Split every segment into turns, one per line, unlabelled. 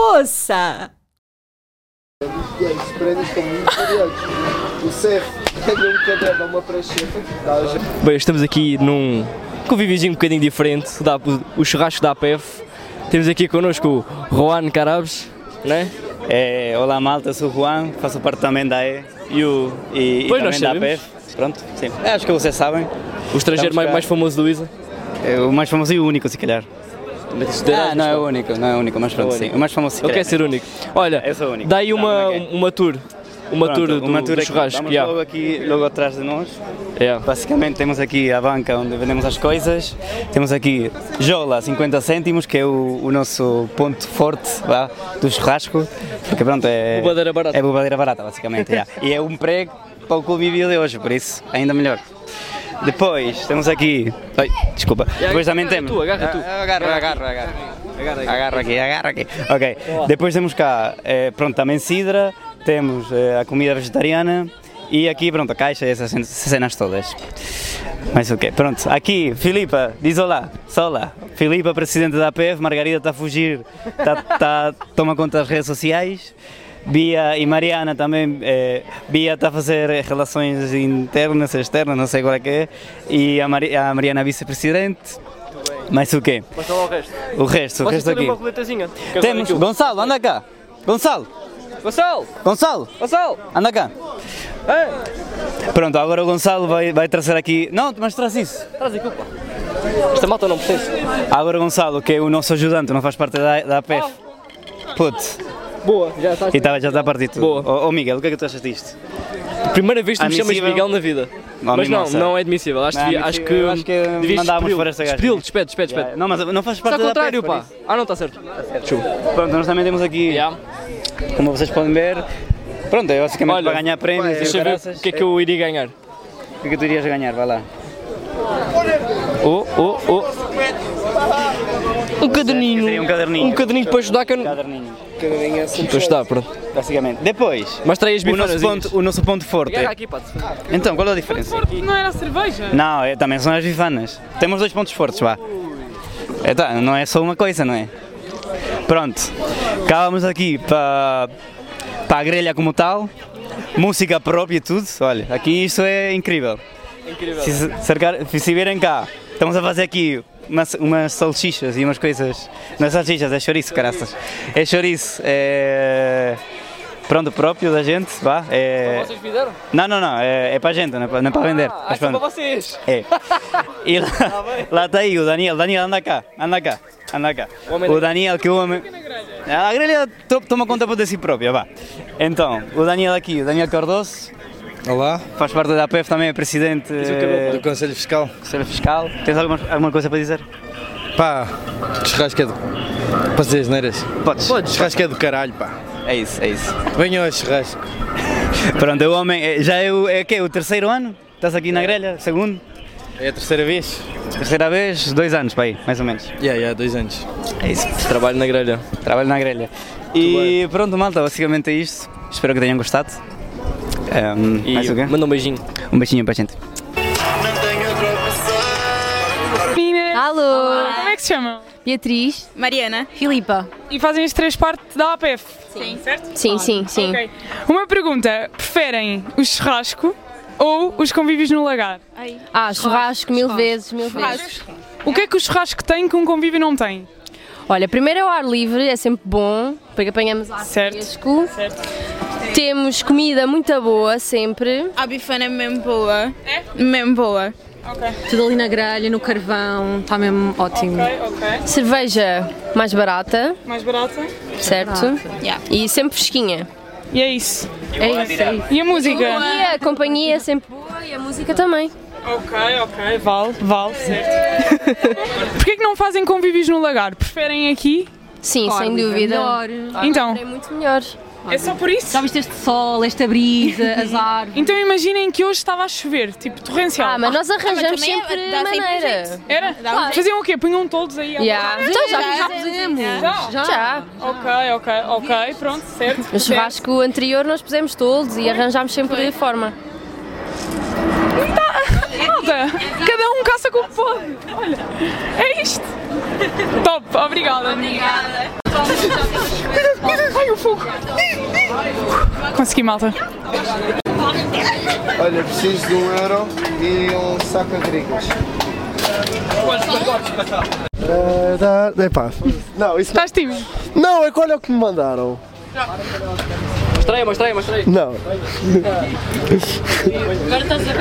Nossa!
E as prendas estão muito curiosas. O Cef, cada um quer levar uma tá, prancheta. Dá já.
Bem, estamos aqui num convíviozinho um bocadinho diferente, da, o churrasco da APF. Temos aqui connosco o Juan Carabes, né?
É, olá malta, sou o Juan, faço parte também da E e, o, e, e
Pois, nós
também da
sabemos.
APF. Pronto, sim. É, acho que vocês sabem.
O estrangeiro
Estamos
mais,
cá.
mais famoso do Isa.
É o mais famoso e o único, se calhar. Ah, não é o único, não é o único, mas pronto,
único.
sim. O é mais famoso, se
Ele
calhar.
quer ser único. Olha,
Eu sou único.
dá aí uma,
Tá, ok.
uma tour. Uma
Pronto,
tour do,
uma tour
do
aqui.
churrasco.
Vamos
yeah.
logo aqui, logo atrás de nós.
Yeah.
Basicamente temos aqui a banca onde vendemos as coisas, temos aqui Jola 50 cêntimos, que é o, o nosso ponto forte vá, do churrasco, porque pronto, é
Bobadeira barata.
É bobadeira barata, basicamente. já. E é um prego para o convívio de hoje, por isso ainda melhor. Depois temos aqui. Ai, desculpa. Depois também
agarra
temos.
tu, agarra tu.
Ah, Agarra, agarra, agarra. Agarra aqui, agarra aqui. Ok. Depois temos cá, eh, pronto, também sidra, temos eh, a comida vegetariana e aqui, pronto, a caixa e essas cen- cenas todas. Mas ok, pronto. Aqui, Filipa, diz olá. Só olá. Filipa, presidente da APF, Margarida está a fugir, tá, tá- toma conta das redes sociais. Bia e Mariana também. eh, Bia está a fazer eh, relações internas, externas, não sei qual é que é. E a, Mari- a Mariana, vice-presidente. Mas o quê?
Mas olha o resto.
O resto, o resto aqui.
roletazinha?
Temos. Gonçalo, anda cá. Gonçalo,
um. Gonçalo!
Gonçalo,
Gonçalo!
anda cá. Pronto, agora o Gonçalo vai, vai trazer aqui. Não, mas traz isso.
Traz aqui, opa. Esta malta não pertence.
Agora o Gonçalo, que é o nosso ajudante, não faz parte da, da PF. Putz,
Boa, já está.
e tava- já está partido.
Boa.
Ô, ô, Miguel, o que é que tu achas disto?
Primeira vez que me chamas
Admissível.
Miguel na vida.
Não,
Mas não,
mimosa.
não é admissível. Acho, que
Não,
devia- acho
admissível.
que.
Eu acho que
devias
mandávamos
despedi-lo.
fora esta gaja.
Despedi-lo, despede, despede, despede.
Não, mas não faz
Está
parte
ao
da
é contrário,
PF, por
pá. Ah, não, está certo.
isso. Pronto, nós também temos aqui,
Yeah.
como vocês podem ver, pronto, é basicamente
Olha,
para ganhar prémios e
Deixa eu ver
graças.
o que é que eu iria ganhar.
O que é que tu irias ganhar? Vai lá. Oh, oh, oh.
Um caderninho.
um caderninho.
Um caderninho para ajudar que eu não.
Caderninho,
Carinha assim.
Estou a ajudar, pronto.
Tipo, basicamente. Depois,
Mas trai as
o nosso,
bifanas.
ponto, o nosso ponto forte.
Agarra aqui, pá.
Então, qual é a diferença?
Não era cerveja?
Não, é, também são as bifanas. Temos dois pontos fortes, vá. Então, não é só uma coisa, não é? Pronto, cá vamos aqui para para a grelha como tal, música própria e tudo. Olha, aqui isto é incrível.
Incrível.
Se, se- cercar, se virem cá, estamos a fazer aqui umas, umas salsichas e umas coisas. Não é salsichas, é chouriço, caraças. É chouriço, é. Pronto, próprio da gente, vá. É...
fizeram? Ah,
Não, não, não, é, é para a gente, não é para, não é para vender. Mas pronto.
vocês.
É. E lá, lá está aí o Daniel. Daniel, anda cá, anda cá, anda cá.
homem
O Daniel, que o homem. Ah, A grelha eh. to- toma conta por si própria, vá. Então, o Daniel aqui, o Daniel Cardoso,
Olá,
faz parte da APF também, é presidente eh,
do Conselho Fiscal.
do Conselho Fiscal. Tens alguma, alguma coisa para dizer?
Pá, churrasco é do... Para dizer as neiras.
Podes.
Churrasco é do caralho, pá.
É isso, é isso.
Venham ao churrasco.
Pronto, o homem eh, já é o, é, o quê? o terceiro ano? Estás aqui na grelha? Segundo?
É a terceira vez?
Terceira vez? Dois anos, para aí, mais ou menos.
Já, já, dois anos.
É isso.
Trabalho na grelha.
Trabalho na grelha. E pronto, malta, basicamente é isto. Espero que tenham gostado. Ahm,
E
mais o quê?
manda um beijinho.
Um beijinho para a gente.
Meninas,
Alô!
como é que se chamam?
Beatriz.
Mariana.
Filipa.
E fazem as três parte da APF?
Sim.
Certo?
Sim, sim, sim.
Ok. Uma pergunta: preferem o churrasco ou os convívios no lagar?
Ah, churrasco, mil vezes, mil vezes.
O que é que o churrasco tem que um convívio não tem?
Olha, primeiro é o ar livre, é sempre bom, porque apanhamos ar
Certo.
fresco. Temos comida muito boa, sempre.
A bifana é mesmo boa. É? Mesmo boa.
Tudo ali na grelha, no carvão, está Tá mesmo ótimo.
ok.
Cerveja mais barata,
Mais barata.
certo?
Yeah.
E sempre fresquinha.
E é isso.
É isso aí.
E a música?
E a companhia é sempre boa e a música também.
Ok, ok. Vale, vale, certo. Porquê que não fazem convívios no lagar? Preferem aqui?
Sim,
é
sem dúvida.
Melhor.
Então,
É muito melhor.
é só por isso?
Já viste este sol, esta brisa, as árvores?
Então imaginem que hoje estava a chover, tipo torrencial.
Ah, mas nós arranjamos
também é-
sempre
dá sempre
maneira.
Era? Faziam o quê? Punham todos aí?
Yeah. Então já
Já,
fizemos.
Já?
Já.
Ok, ok, ok, pronto, certo.
No churrasco anterior nós pusemos todos e arranjámos sempre de forma.
Malta, cada um caça como pode. Olha, é isto. Top, obrigada. Obrigada. Ai, o fogo! Consegui, malta.
Olha, preciso de um euro e um saco de gringas.
É, dá, epá.
Não, isso
Estás tímido?
não. Não, é que olha o que me mandaram.
Mostrei, mostrei, mostrei.
Não.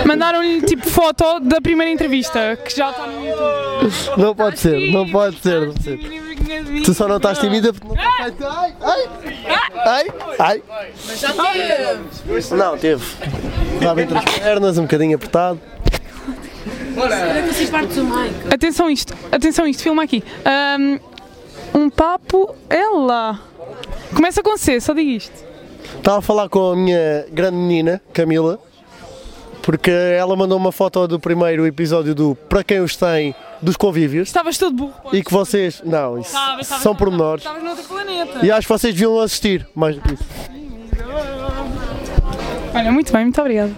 Mandaram-lhe tipo foto da primeira entrevista, que já está no YouTube.
Não pode ser, não pode ser. Não pode ser. Tu só não estás tímida porque não
Ai, ai, ai.
Ai, ai. Mas já teve. Não, teve. Estava entre as pernas, um bocadinho apertado.
Atenção isto, atenção isto, filma aqui. Ahm, Um, papo ela. Começa com C, só digo isto.
Estava a falar com a minha grande menina, Camila, porque ela mandou uma foto do primeiro episódio do Para Quem Os Tem dos Convívios
Estavas todo burro. pô.
e que vocês. Não, isso
Estavas, estavas,
são
estavas,
pormenores.
Estavas noutro planeta.
E acho que vocês deviam assistir mais do que isso.
Olha, muito bem, muito obrigada.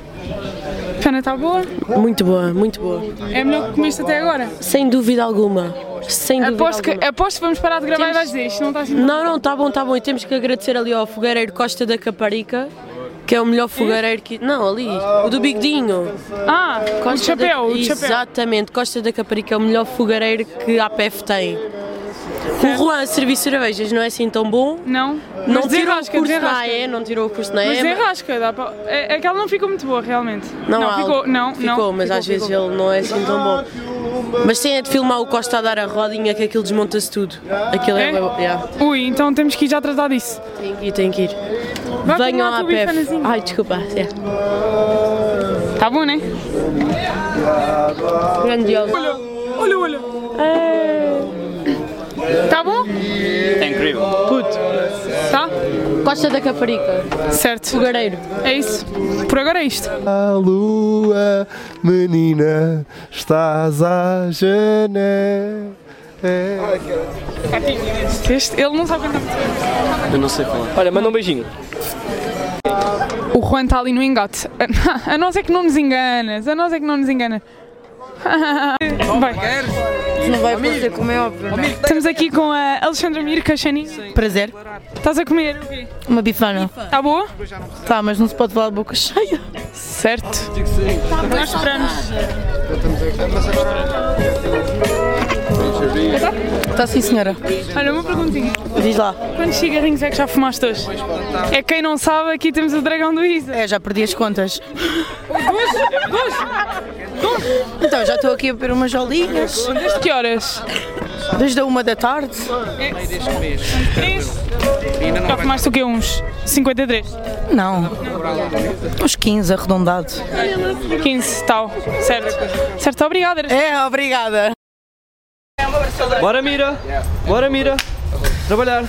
Fana está boa?
Muito boa, muito boa.
É a melhor que comeste até agora.
Sem dúvida alguma. Sem dúvida
Aposto que,
alguma.
aposto que vamos parar de gravar e vais dizer isto, não estás
Não, não, tá bom, tá bom. E temos que agradecer ali ao fogareiro Costa da Caparica, que é o melhor fogareiro que. Não, ali. O do Bigodinho.
Ah, o
Costa da-
chapéu, o chapéu.
Exatamente, Costa da Caparica é o melhor fogareiro que a PF tem. O Juan a servir cervejas não é assim tão bom.
Não,
Não
mas
tirou o
desenrasca,
curso na
desenrasca.
AE, não tirou o curso na
Mas
AE.
desenrasca, dá para. É, é que ela não ficou muito boa, realmente.
Não, há-
ficou, não,
ficou,
não.
mas às vezes ele não é assim tão bom. Mas tem é de filmar o Costa a dar a rodinha que aquilo desmonta-se tudo. Aquilo é.
É?
bué bom, yeah.
Ui, então temos que ir já tratar disso.
Tem que ir, tem que ir.
Vai comer
Venham à
o teu
PF.
bifanazinho.
Ai, desculpa. Yeah.
Tá bom, né?
Grandioso.
Olha, olha, olha. É. Tá bom?
Está incrível.
Tá?
Costa da Caparica.
Certo.
Fogareiro.
É isso. Por agora é isto.
A lua, menina, estás à janela.
Este, ele não sabe cantar muito bem.
Eu não sei falar. Olha, manda um beijinho.
O Juan está ali no engate. A, nós é que não nos enganas. A nós é que não nos engana. Bem,
Não vai fazer como é óbvio.
estamos aqui com a Alexandra Mirka Chanin.
Prazer.
Estás a comer o quê?
Uma bifana.
Tá boa?
Tá, mas não se pode falar de boca cheia.
Certo. Nós esperamos.
Tá sim, senhora.
Olha, uma perguntinha.
Diz lá.
Quantos cigarrinhos é que já fumaste hoje? É quem não sabe, aqui temos o dragão do Isa.
É, já perdi as contas. Então, já estou aqui a beber umas jolinhas.
Desde que horas?
Desde a uma da tarde.
Três. Já fumaste o quê? Uns 53?
Não. Uns 15, arredondado.
15, tal. Certo. Certo, obrigada. era
É, obrigada.
Bora, Mira. Bora, Mira. Trabalhar.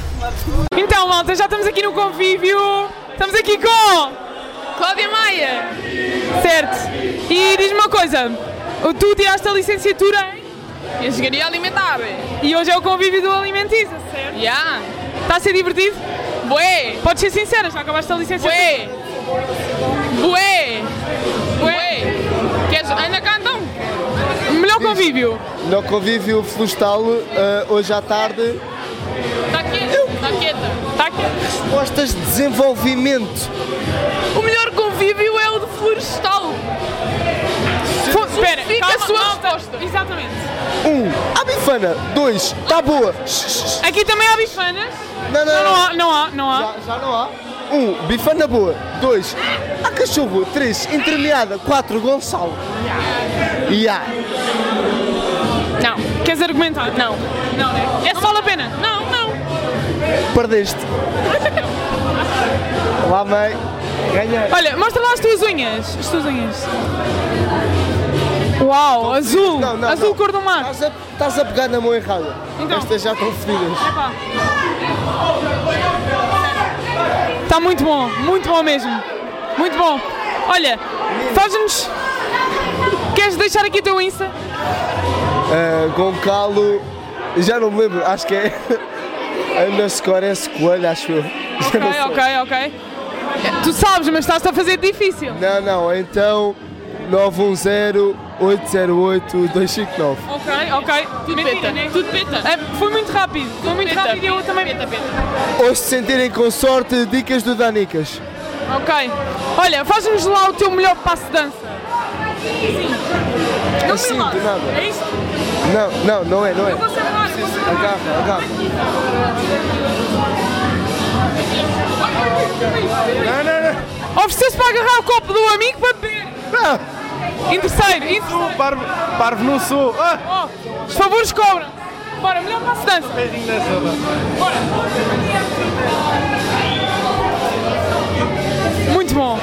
Então, malta, já estamos aqui no convívio. Estamos aqui com Cláudia Maia. Certo. E diz-me uma coisa: o- tu tiraste a licenciatura em. Engenharia Alimentar. E hoje é o convívio do Alimentiza, certo? Já. Está a ser divertido? Bué. Podes ser sincera, já acabaste a licenciatura. Bué. Bué. Bué. Queres. Ainda cá então? Melhor convívio.
No convívio florestal, eh, hoje à tarde,
Está quieta. Está quieta. Está quieta.
respostas de desenvolvimento.
O melhor convívio é o de florestal. Espera, fica a sua resposta. Exatamente.
Um, a bifana. Dois, tá boa. Shh, shh, shh.
Aqui também há bifanas.
Não, não,
Não,
não.
não há, não há, não há.
Já, já não há. Um, bifana boa. Dois, a cachorro. Três, intermeada. Quatro, Gonçalo. E há.
Não. Queres argumentar? Não. Não, né? É só a pena? Não, não.
Perdeste. Lá, mãe. Ganhei.
Olha, mostra lá as tuas unhas. As tuas unhas. Uau, azul.
Não, não,
azul
não.
cor do mar.
Estás a, estás a pegar na mão errada.
Então.
Estas já estão fedidas.
Está Tá muito bom, muito bom mesmo. Muito bom. Olha, faz-nos. Queres deixar aqui o teu Insta?
Ah, Goncalo. Já não me lembro, acho que é. Underscore S Coelho, acho eu. Já não
Ok,
sei.
ok, ok. Tu sabes, mas estás-te a fazer difícil.
Não, não, então 910-808-259.
Ok, ok. Tudo peta. Tudo peta. né? É, foi muito rápido. Foi muito rápido e eu também. Peta, peta.
Hoje se sentirem com sorte, dicas do Danicas.
Ok. Olha, faz-nos lá o teu melhor passo de dança. Não
Assim,
me lances.
do nada.
É isto?
Não, não, não é, não é. Agarra, agarra. Não, não,
Ofereceu-se para agarrar o copo do amigo para beber. Interesseiro, interesseiro.
Ah. Parvo, parvo não sou. Ah.
Oh, os favores cobra. Bora, melhor passo de dança. Bora. Muito bom.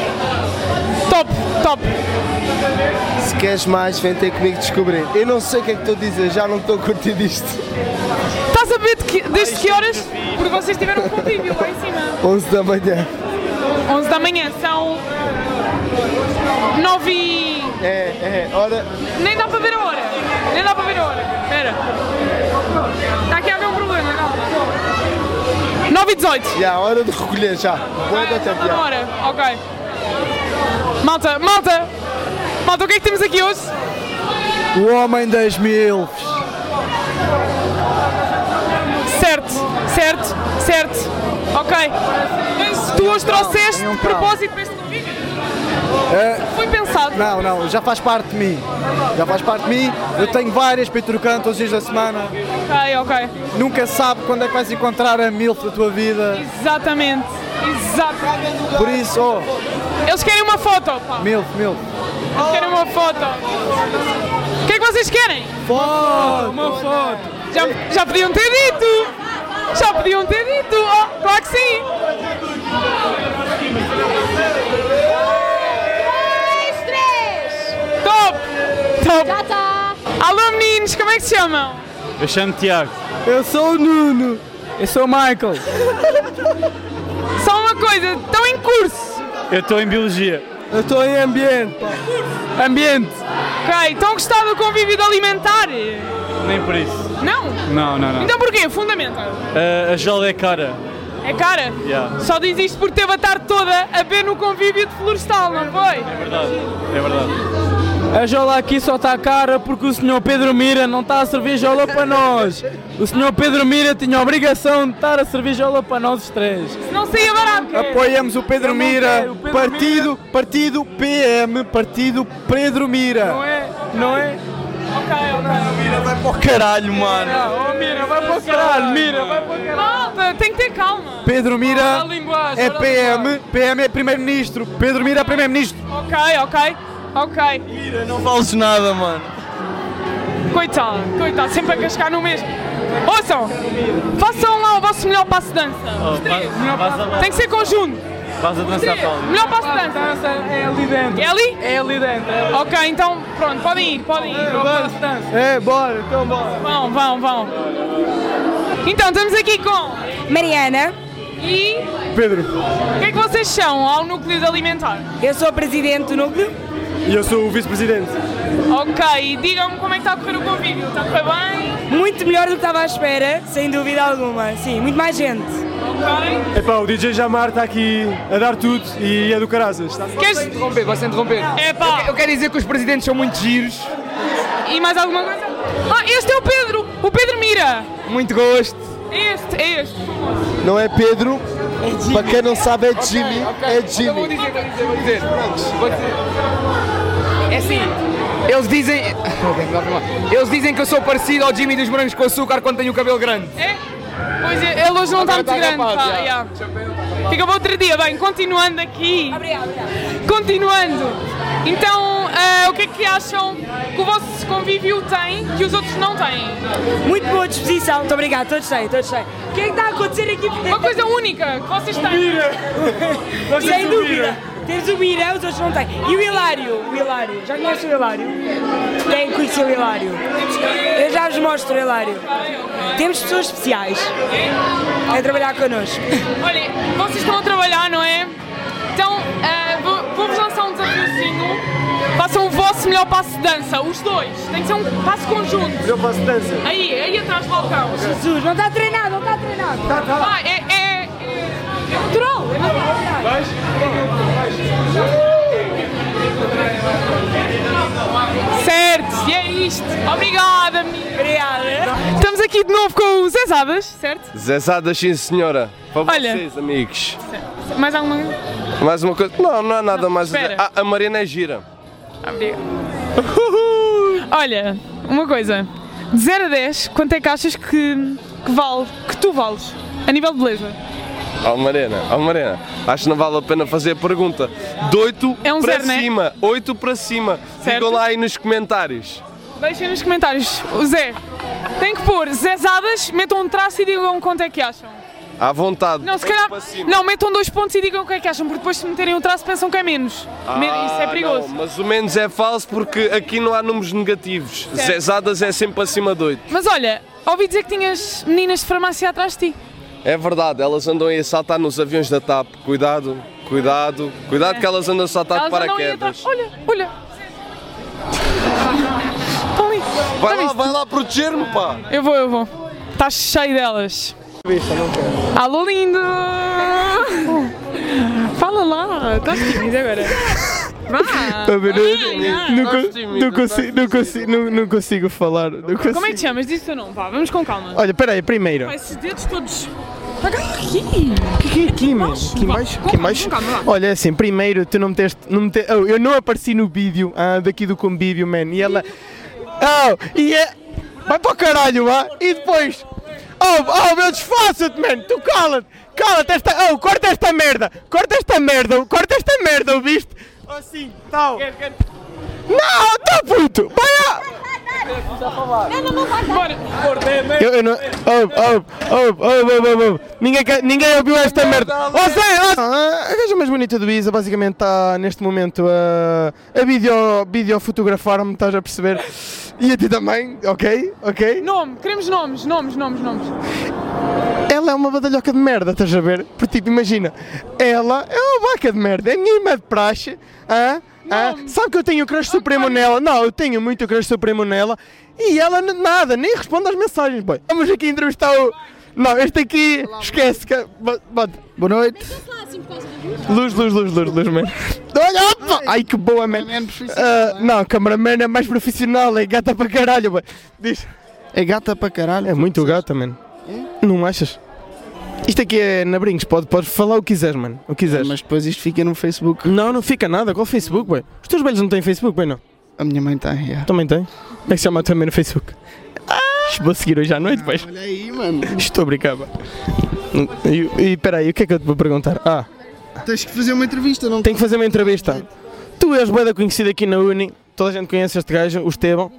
Top, top.
não. Se queres mais, vem ter comigo descobrir. Eu não sei o que é que estou a dizer, já não estou a curtir disto.
Estás a ver de que, desde que horas? Porque vocês tiveram um convívio lá em cima.
11 da manhã.
11 da manhã, são 9 e...
É, é, ora.
Nem dá para ver a hora. Nem dá para ver a hora. Espera. Está aqui a haver um problema, não? 9 e 18.
Já, hora de recolher já. Boa da tempo, já.
Agora, ok. Malta, malta! Malta, o que é que temos aqui hoje?
O homem das mil.
Certo, certo, certo. Ok. Mas tu hoje trouxeste de propósito para este convite? Foi pensado?
Não, não, já faz parte de mim. Já faz parte de mim. Eu tenho várias para ir trocando todos os dias da semana.
Ok, ok.
Nunca sabe quando é que vais encontrar a milf da tua vida.
Exatamente, exatamente.
Por isso, oh,
Eles querem uma foto, pá.
milf, milf.
Eles querem uma foto. O que é que vocês querem?
Foto! Uma foto!
Já, já podiam ter dito! Já podiam ter dito! Oh, claro que sim! Top! Top! Já está! Alô meninos, como é que se chamam?
Eu chamo Tiago.
Eu sou o Nuno. Eu sou o Michael.
Só uma coisa, estão em curso!
Eu estou em Biologia.
Eu estou em ambiente. Ambiente.
Ok, estão a gostar do convívio de alimentar?
Nem por isso.
Não?
Não, não, não.
Então porquê? Fundamenta!
Ah, a jola é cara.
É cara?
Yeah.
Só diz isto porque teve a tarde toda a ver no convívio de Florestal, não foi?
É verdade. É verdade.
A jola aqui só está cara porque o senhor Pedro Mira não está a servir jola para nós. O senhor Pedro Mira tinha a obrigação de tá estar a servir jola para nós os três.
Não saía barato!
Apoiamos o Pedro
Eu não
Mira.
quero, o Pedro
partido, partido PM, partido Pedro Mira.
Não é? Não é?
Mira vai para o caralho, mano.
oh, Mira, vai para o
caralho, Mira,
vai para o caralho! Malta, tem que ter calma!
Pedro
Olha a
Mira
linguagem,
é
olha a
PM, PM é primeiro-ministro. Pedro Mira é primeiro-ministro.
Ok, ok, ok. Mira, não
Fales nada, mano.
Coitado, coitado, sempre a cascar no mesmo. Ouçam, façam lá o vosso melhor passo de dança.
Oh,
Os três. Tem que ser conjunto.
Vais a
Tá
dançar, Paulo.
Melhor passo de dança. é ali dentro. É ali? É ali dentro. Ok, então pronto, podem ir, podem ir. Melhor passo de dança.
É, bora, então bora.
Vão, vão, vão. Então, estamos aqui com Mariana. E
Pedro.
o que é que vocês são ao núcleo de alimentar? Eu sou a presidente do núcleo.
E eu sou o vice-presidente.
Ok, digam-me como é que está a correr o convívio. Está a correr bem?
Muito melhor do que estava à espera, sem dúvida alguma. Sim, muito mais gente.
Ok.
Epá, o DJ Jamar está aqui a dar tudo e é do caraças.
Queres...
interromper, gosto de interromper.
É pá.
Eu quero dizer que os presidentes são muito giros.
E mais alguma coisa? Ah, este é o Pedro! O Pedro Mira!
Muito gosto.
Este, é este.
Não é Pedro? Para quem não sabe, é Jimmy. É
Então vou
Jimmy.
dizer, vou dizer, vou dizer. Vou dizer. É assim. Eles dizem. Eles dizem que eu sou parecido ao Jimmy dos Morangos com Açúcar quando tenho o cabelo grande.
É? Pois é, ele hoje não está
Agora
muito
tá
grande.
capaz,
pá,
já.
yeah. Fica para outro dia, bem, continuando aqui. Continuando. Então, ah, o que é que acham que o vosso convívio tem que os outros não têm?
Muito boa disposição, muito obrigado, todos têm, todos têm. O que é que está a acontecer aqui?
Uma coisa única que vocês têm.
Mira! sem dúvida. Temos o Mira, os outros não têm. E o Hilário, o Hilário. Já conhece o Hilário? Tem que conhecer o Hilário. Eu já vos mostro o Hilário. Temos pessoas especiais a trabalhar connosco.
Olha, vocês estão a trabalhar, não é? Então, ah, vou- vou-vos lançar um desafiozinho. Façam o vosso melhor passo de dança, os dois. Tem que ser um passo conjunto.
Melhor passo de dança.
Aí, aí atrás do balcão.
Jesus, não está treinado, não está treinado.
Tá, tá.
Vai, é, é, é natural. é natural.
Vais?
é aqui de novo com o Zezadas, certo?
Zezadas, sim senhora. Para
Olha.
vocês, amigos.
Mais alguma
Mais uma coisa. Não, não há nada mais a dizer.
espera.
Ah, a Marina é gira.
Obrigada. Olha, uma coisa. De 0 a 10, quanto é que achas que, que vale, que tu vales, a nível de beleza?
Ó Marina, ó Marina. Acho que não vale a pena fazer a pergunta. De 8
É um
para
zero, né?
cima. 8 para cima. Digam lá aí nos comentários.
Deixem nos comentários. O Zé, tem que pôr Zezadas, metam um traço e digam quanto é que acham.
À vontade.
Não, se calhar. Não, metam dois pontos e digam o que é que acham, porque depois se meterem um traço pensam que é menos. Me-
Ah,
Isso é perigoso.
não, mas o menos é falso porque aqui não há números negativos.
Certo.
Zezadas é sempre acima de 8.
Mas olha, ouvi dizer que tinhas meninas de farmácia atrás de ti.
É verdade, elas andam aí a saltar nos aviões da TAP. Cuidado, cuidado, cuidado que elas andam a saltar de
É. Elas andam aí
paraquedas.
atrás. Olha, olha. Estão ali.
Vai lá, vai lá proteger-me, pá.
Eu vou, eu vou. Estás cheio delas. Alô, lindo! Fala lá, estás tímido é agora. Vá!
Tá vendo?
Ai,
Não
ai.
con- não consigo- não consigo- não- Não consigo falar. não
Como é que
consigo.
te chamas? Diz o teu nome, vá, vamos com calma.
Olha, peraí, primeiro.
Pá, esses dedos todos. Agarra aqui! Que que é aqui, meu?
Aqui embaixo? Aqui embaixo?
é? calma, vá.
Olha, assim, primeiro, tu não meteste. Não mete- oh, eu não apareci no vídeo ah, daqui do convívio, man. E ela. Oh, e é. Vai para o caralho, ah! E depois. Oh, oh, meu, desfaça-te, man! Tu cala-te! Cala-te esta. Oh, corta esta merda! Corta esta merda! Corta esta merda, ouviste? Assim, tal! Não, tá puto! Para!
Não, não, não, vai Bora!
Eu, eu não. Oh, oh, oh, oh, oh, oh, oh. Ninguém, quer- ninguém ouviu esta merda. Ou seja, Ah, a gaja mais bonita do Isa basicamente está neste momento a, a video, videofotografar-me, estás a perceber? E a ti também, ok? Ok?
Nome, queremos nomes, nomes, nomes, nomes.
Ela é uma badalhoca de merda, estás a ver? Por tipo, imagina, ela é uma vaca de merda, é a minha irmã de praxe, hã? Hã? sabe que eu tenho o crush supremo nela? Não, eu tenho muito crush supremo nela e ela n- nada, nem responde às mensagens. Boy. Vamos aqui entrevistar o. Não, este aqui, esquece. Que... bo- bo- Boa noite. Luz, luz, luz, luz, luz, man. Olha, opa! Ai que boa, man. Ah, não, cameraman é mais profissional, é gata para caralho, boy. Diz. É gata para caralho. É muito gata, man. Não achas? Isto aqui é na Brinques, pode- podes falar o que quiseres, mano. O que quiseres. Ah, mas depois isto fica no Facebook. Não, não fica nada. Qual Facebook, bem? Os teus velhos não têm Facebook, bem, não? A minha mãe tem, Também tem? Como é que se chama também no Facebook? Vou seguir hoje à noite, pois. Olha aí, mano. Estou a brincar, pá. E, e peraí, o que é que eu te vou perguntar? Ah. Tens que fazer uma entrevista, não Tenho que fazer uma entrevista. Tu és boeda conhecida aqui na Uni, toda a gente conhece este gajo, o Estevão.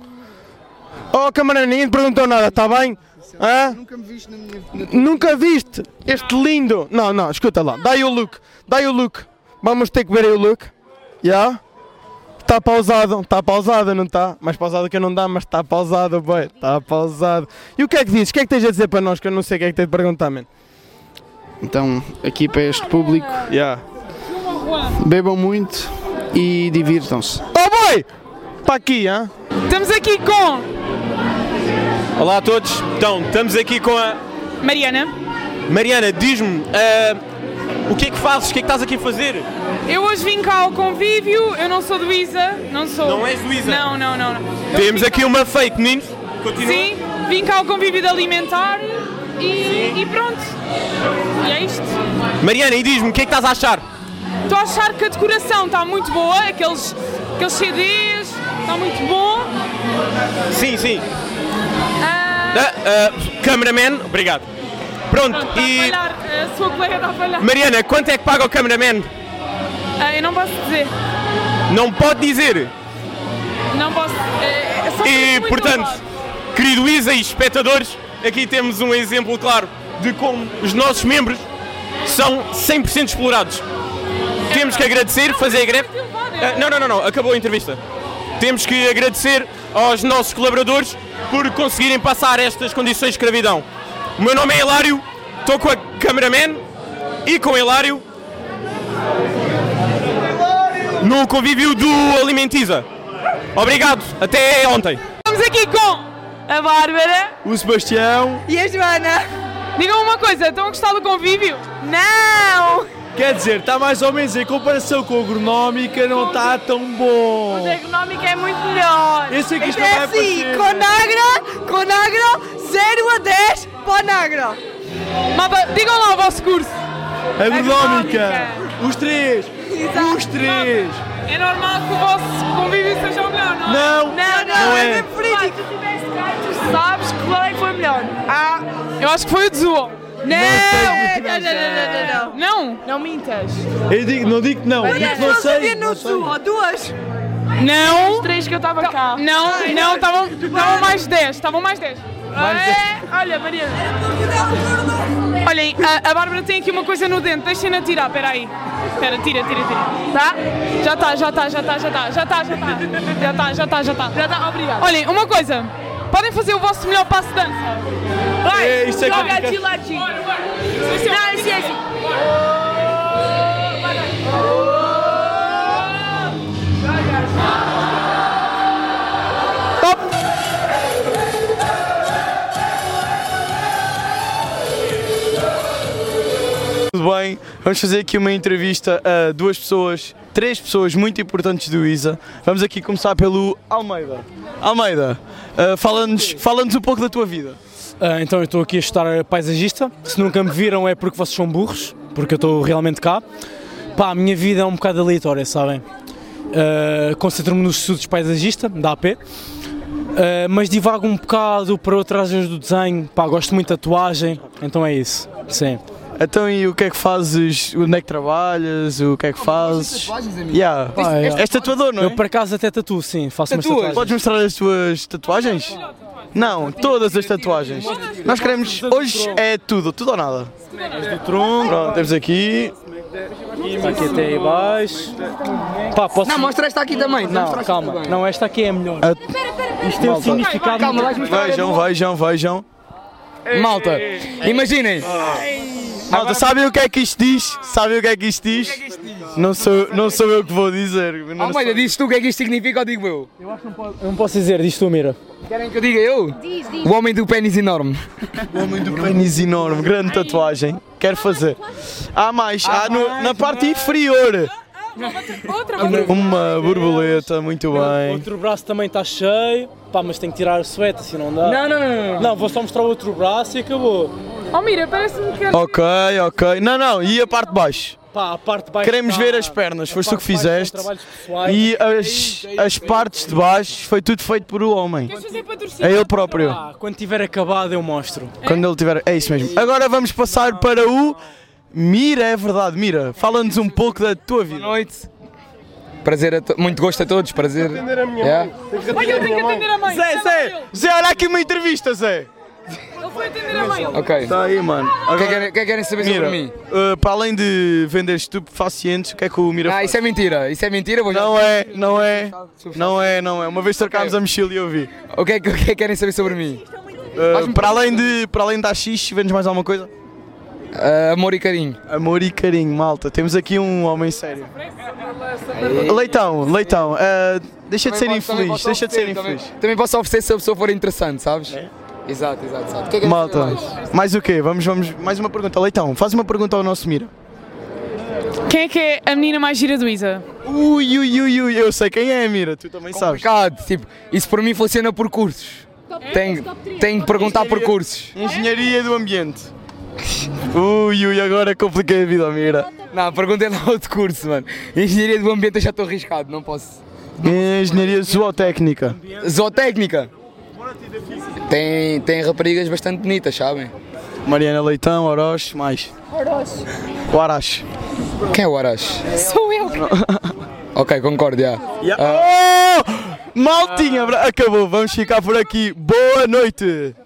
Oh, camarada, ninguém te perguntou nada, está bem? Hã? Nunca me viste na minha Nunca viste este lindo. Não, não, escuta lá, dá aí o look, dá aí o look. Vamos ter que ver aí o look. Já? Está pausado, está pausado, não está? Mais pausado que eu não dá, mas está pausado, boy. Está pausado. E o que é que dizes? O que é que tens a dizer para nós? Que eu não sei o que é que tens de perguntar, man.
Então, aqui para este público,
Yeah.
bebam muito e divirtam-se.
Oh boy! Está aqui, hã?
Estamos aqui com
Olá a todos, então estamos aqui com a
Mariana.
Mariana, diz-me ah, o que é que fazes, o que é que estás aqui a fazer?
Eu hoje vim cá ao convívio, eu não sou do Isa, não sou.
Não és do Isa?
Não, não, não. não.
Temos aqui uma fake, meninos. Continua.
Sim, vim cá ao convívio de alimentar e, e pronto. E é isto.
Mariana, e diz-me o que é que estás a achar?
Estou a achar que a decoração está muito boa, aqueles, aqueles CDs, está muito bom.
Sim, sim. Ah, ah, cameraman, obrigado. Pronto,
Pronto, tá, está a
e
falhar, a sua colega está a falhar.
Mariana, quanto é que paga o cameraman?
Ah, eu não posso dizer,
Não pode dizer.
não posso. eh, só
E
muito
portanto,
honrado.
querido Isa e espectadores, aqui temos um exemplo claro de como os nossos membros são 100% explorados. Temos que agradecer, fazer a greve. Ah, Não, não, não, não, acabou a entrevista. Temos que agradecer aos nossos colaboradores por conseguirem passar estas condições de escravidão. O meu nome é Hilário, estou com a cameraman e com o Hilário no convívio do Alimentiza. Obrigado, até ontem.
Estamos aqui com a Bárbara
O Sebastião.
e a Joana. Digam uma coisa, estão a gostar do convívio? Não!
Quer dizer, está mais ou menos em comparação com a agronómica, não está tão bom.
A económica é muito melhor.
Eu sei que isto
Então é
não vai né?
assim,
parecer,
Conagra, Conagra, 0 a 10, Conagra.
Malta, digam lá o vosso curso.
Agronómica. Os três.
Exato.
Os três.
É normal que o vosso convívio seja o melhor, não é?
Não,
não,
não é.
Pá, tu tiveste cá, tu sabes que qual é que foi melhor. Ah, eu acho que foi o de Zoo. Não, não, não, não, não, não, não. mintas.
Eu digo, não digo que não, digo que não sei. não sei.
duas. Não. As três que eu estava cá. Não,
Ai,
não,
não.
estavam estavam mais dez, estavam mais dez.
Mais
É, Olha, Mariana. Olhem, a, a Bárbara tem aqui uma coisa no dente, deixem-na tirar, peraí. Espera, tira, tira, tira. Tá? Já está, já está, já está, já está, já está, já está. Já está, já está, já está. Já está, obrigada. Olhem, uma coisa. Podem fazer o vosso melhor passo de dança. Vai,
É, isso é
joga
complicado.
de latim. Não, isso é assim. Top.
Tudo bem, vamos fazer aqui uma entrevista a duas pessoas, três pessoas muito importantes do ISA. Vamos aqui começar pelo Almeida. Almeida, ah, fala-nos fala um pouco da tua vida.
Ah, então eu estou aqui a estudar paisagista. Se nunca me viram é porque vocês são burros, porque eu estou realmente cá. Pá, a minha vida é um bocado aleatória, sabem? Ah, Concentro-me nos estudos de paisagista, da AP, ah, mas divago um bocado para outras áreas do desenho. Pá, gosto muito de tatuagem, então é isso. Sim.
Então e o que é que fazes? Onde é que trabalhas? O que é que fazes? Yeah.
Pá, é-
És tatuador, não é?
Eu por acaso até tatuo, sim, faço umas
Tatuas?
tatuagens.
Podes mostrar as tuas tatuagens? Não, todas as tatuagens. Nós queremos. Hoje é tudo, tudo ou nada. Do tronco. Pronto, temos aqui.
Aqui até aí baixo. Pá, posso...
Não, mostra esta aqui também.
Não,
Mostra esta
calma.
também.
Não, esta aqui é a melhor. Isto tem um
Malta.
significado.
Calma, vais mostrar a
Vejam,
tua.
vejam, vejam.
Malta, imaginem.
Malta, sabem o que é que isto diz? Sabem o que é que isto diz? Não sou, não sou eu que vou dizer. não sou-
Almeida, dizes tu o que é que isto significa ou digo eu? Eu acho que não pode.
Não posso dizer, diz tu, Mira.
Querem que eu diga eu? O homem do pênis enorme.
O homem do pênis enorme, grande tatuagem. Quero fazer. Há mais, há no- na
é?
parte inferior.
Ah, Outra
Uma borboleta, muito bem.
outro braço também está cheio. Pá, mas tenho que tirar o suéte, assim não dá.
Não, não, não, não.
Não, vou só mostrar o outro braço e acabou.
Oh, mira, parece-me que é
Ok, ok. Não, não, e a parte de baixo?
Pá, a parte de baixo.
Queremos
tá-
ver as pernas,
a
foste tu que
parte de baixo são
fizeste.
trabalhos pessoais. é
E as, as partes de baixo foi tudo feito por o homem. É ele próprio.
Ah, quando tiver acabado eu mostro.
Quando ele tiver. É isso mesmo. Agora vamos passar para o. Mira, é verdade, Mira. Fala-nos um pouco da tua vida. Boa
noite. Prazer a to- Muito gosto a todos, prazer. Yeah.
Ai, eu tenho que atender a mãe.
Zé, Zé, Zé, olha aqui uma entrevista, Zé.
Ele foi atender a mãe.
Ok.
Está aí, mano.
O que é que querem- o que é que querem saber sobre
Mira,
mim?
eh, para além de vender estupefacientes, o que é que o Mira
Ah,
faz?
isso é mentira, isso é mentira. Vou já-
Não é, não é, não é, não é. Uma vez trocámos a mochila e eu vi.
O que é que, o que é que querem saber sobre mim?
Eh, para, além de, para além da X, vendes mais alguma coisa?
Eh, amor e carinho.
Amor e carinho, malta. Temos aqui um homem sério. Leitão, Leitão, eh, deixa de ser
Também posso- também
infeliz,
posso
deixa de ser
oferecer, também-
infeliz. É.
Também posso oferecer se a pessoa for interessante, sabes? Exato, exato, exato. O que é que é
Malta,
mais?
mais o quê? Vamos, vamos, mais uma pergunta. Leitão, faz uma pergunta ao nosso Mira.
Quem é que é a menina mais gira do Isa?
Ui, ui, ui, ui, eu sei quem é, Mira, tu também sabes.
Complicado, tipo, isso para mim funciona por cursos. Tenho, tenho que perguntar por cursos.
É? Engenharia do ambiente. Ui, ui, agora compliquei a vida, mira.
Não, perguntei lá outro curso, mano. Engenharia do ambiente eu já estou arriscado, não posso.
Engenharia zootécnica.
Zootécnica. Tem, tem raparigas bastante bonitas, sabem?
Mariana Leitão, Orochi, mais. O Arash.
Quem é o Arash?
Sou eu.
Ok, concordo, já.
Yeah. Oh! Maltinha, bra- acabou, vamos ficar por aqui. Boa noite!